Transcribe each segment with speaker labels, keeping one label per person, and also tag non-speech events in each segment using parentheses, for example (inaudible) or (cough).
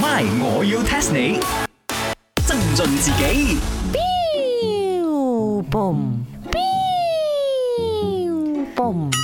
Speaker 1: My，我要 test 你，增進自己。
Speaker 2: boom boom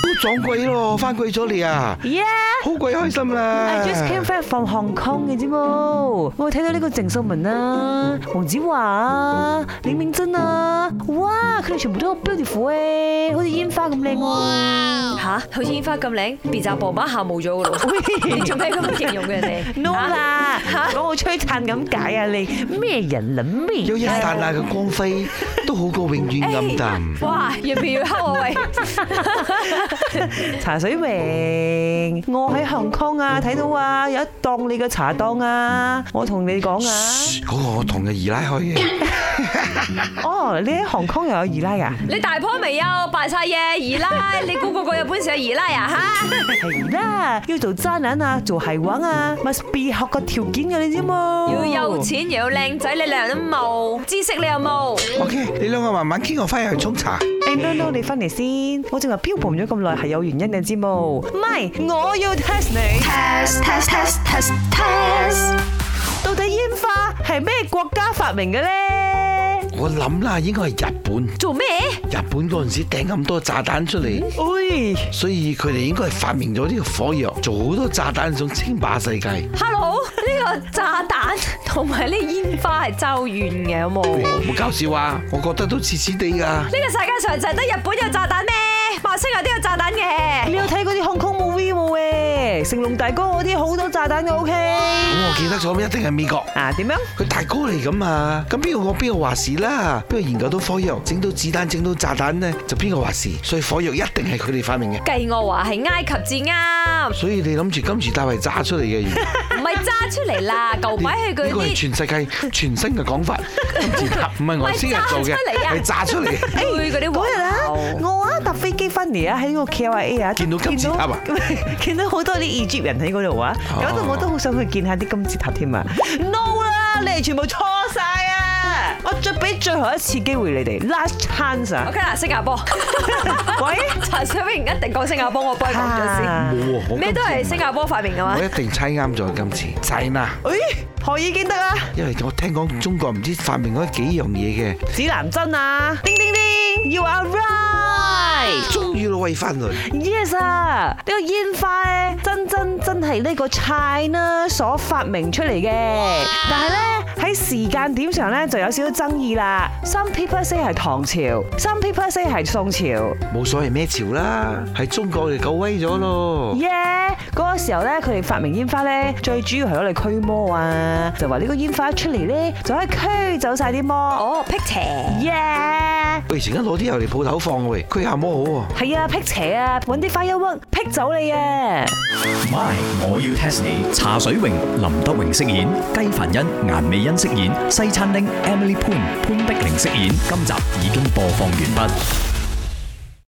Speaker 3: 都撞鬼咯，翻鬼咗你啊！
Speaker 2: yeah
Speaker 3: 好鬼開心
Speaker 2: I
Speaker 3: 啦
Speaker 2: just came back from Hong Kong 嘅啫喎，我睇到呢個鄭秀文啊、黃子華啊、李明珍啊，哇！佢哋全部都好 beautiful 誒，好似煙花咁靚喎。
Speaker 4: 吓，好似煙花咁靚，別就爸爸下冇咗噶咯。你做咩咁樣形容嘅人哋
Speaker 2: No
Speaker 4: 嚇
Speaker 2: 啦，講好璀璨咁解啊！你咩人啦咩？
Speaker 3: 有一剎那嘅光輝，都好過永遠暗淡。
Speaker 4: 哇，越變越黑啊喂！
Speaker 2: 茶水榮，我喺 Hong Kong 啊，睇到啊，有一檔你嘅茶檔啊，我同你講啊，
Speaker 3: 嗰個我同嘅二奶開嘅，
Speaker 2: 哦，你喺 Hong Kong 又有二奶啊？ (laughs)
Speaker 4: 你大波未啊？扮晒嘢，二奶，你估個個日本成二奶啊？
Speaker 2: 係啦，要做渣男啊，做鞋王啊，must be 學個條件嘅你知冇？
Speaker 4: 吓，要有錢又要靚仔，你兩人都冇，知識你又冇。
Speaker 3: OK，你兩個慢慢傾，我翻去沖茶。
Speaker 2: 誒，no no，你翻嚟先，我淨係漂泊咗咁耐係有原因嘅知冇？唔係，我要 test 你，
Speaker 5: test test test test test
Speaker 2: 到底煙花係咩國家發明嘅咧？
Speaker 3: 我諗啦，應該係日本，日
Speaker 4: 做咩？
Speaker 3: 本嗰陣時掟咁多炸彈出嚟，
Speaker 2: 喂，
Speaker 3: 所以佢哋應該係發明咗呢個火藥，做好多炸彈想稱霸世界。哦
Speaker 4: Hello，呢個炸彈同埋呢煙花係周遠嘅，好冇？呢
Speaker 3: 冇搞笑啊！我覺得都似似地㗎。
Speaker 4: 個世界上就係得日本有炸彈咩？馬來西亞都有炸彈嘅
Speaker 2: 你。有睇嗰啲 Hong Kong movie 冇誒？成龍大哥嗰啲好多炸彈嘅，OK？
Speaker 3: 咁我記得咗，一定係美國。
Speaker 2: 啊，點樣？
Speaker 3: 佢大哥嚟噶嘛？咁邊個講邊個話事啦？邊個研究到火藥，整到子彈，整到炸彈呢，就邊個話事？所以火藥一定係佢哋發明嘅。
Speaker 4: 計我話係埃及至啱，
Speaker 3: 所以你諗住金字塔係炸出嚟嘅，
Speaker 4: (laughs)
Speaker 3: 原來
Speaker 4: 唔係揸出
Speaker 2: (laughs)
Speaker 4: 嚟啦，舊擺係佢
Speaker 3: 呢個係
Speaker 4: 啲
Speaker 3: 全世界全新嘅講法。
Speaker 4: (laughs)
Speaker 3: 金字塔唔係外星人做嘅
Speaker 4: 唔係炸出嚟，啊
Speaker 3: 係炸出嚟嘅。
Speaker 4: 背嗰啲
Speaker 2: 嗰日啊
Speaker 4: 環，球
Speaker 2: 我啊搭飛機翻嚟啊，喺個 KLIA 啊，
Speaker 3: 哦 (laughs) 見到金字塔啊
Speaker 2: 見到， (laughs) 見到好多啲 Egypt 人喺嗰度啊，
Speaker 3: 哦
Speaker 2: 搞到我都好想去見下啲金字塔添啊！No 啦，你哋全部錯晒啊！我再俾最後一次機會你哋，last chance 啊！
Speaker 4: OK 啦，新加坡。
Speaker 2: (laughs) 喂，
Speaker 4: (laughs) 陳水榮一定講新加坡，我幫佢講咗
Speaker 2: 啊
Speaker 3: 冇啊我
Speaker 4: 先。 (laughs) 咩都係新加坡發明噶嘛
Speaker 3: 我？一定猜啱咗今次。China，
Speaker 2: 誒，何以見得啊？
Speaker 3: 因為我聽講中國唔知發明咗幾樣嘢嘅。
Speaker 2: 指南針啊！叮叮叮，You are right。
Speaker 3: 終於攞威翻嚟，
Speaker 2: Yes 啊！呢個煙花咧，真真真係呢個 China 所發明出嚟嘅，但係咧喺時間點上咧就有少少爭議啦。Some people say 係唐朝，Some people say 係宋朝。
Speaker 3: 冇所謂咩潮啦，係中國嚟夠威咗咯。
Speaker 2: 耶！嗰個時候咧，佢哋發明煙花咧，最主要係攞嚟驅魔啊，就話呢個煙花一出嚟咧，就可以驅走晒啲魔。
Speaker 4: 哦，辟邪。
Speaker 2: 耶！
Speaker 3: 喂，而家攞啲油嚟鋪頭放喎，佢下摸好喎。
Speaker 2: 係啊，辟邪啊，揾啲 firework 辟走你啊！
Speaker 1: My，我要 test 你。茶水榮、林德榮飾演，雞凡欣、顏美欣飾演，西餐廳 Emily Poon 潘碧玲飾演。今集已經播放完畢。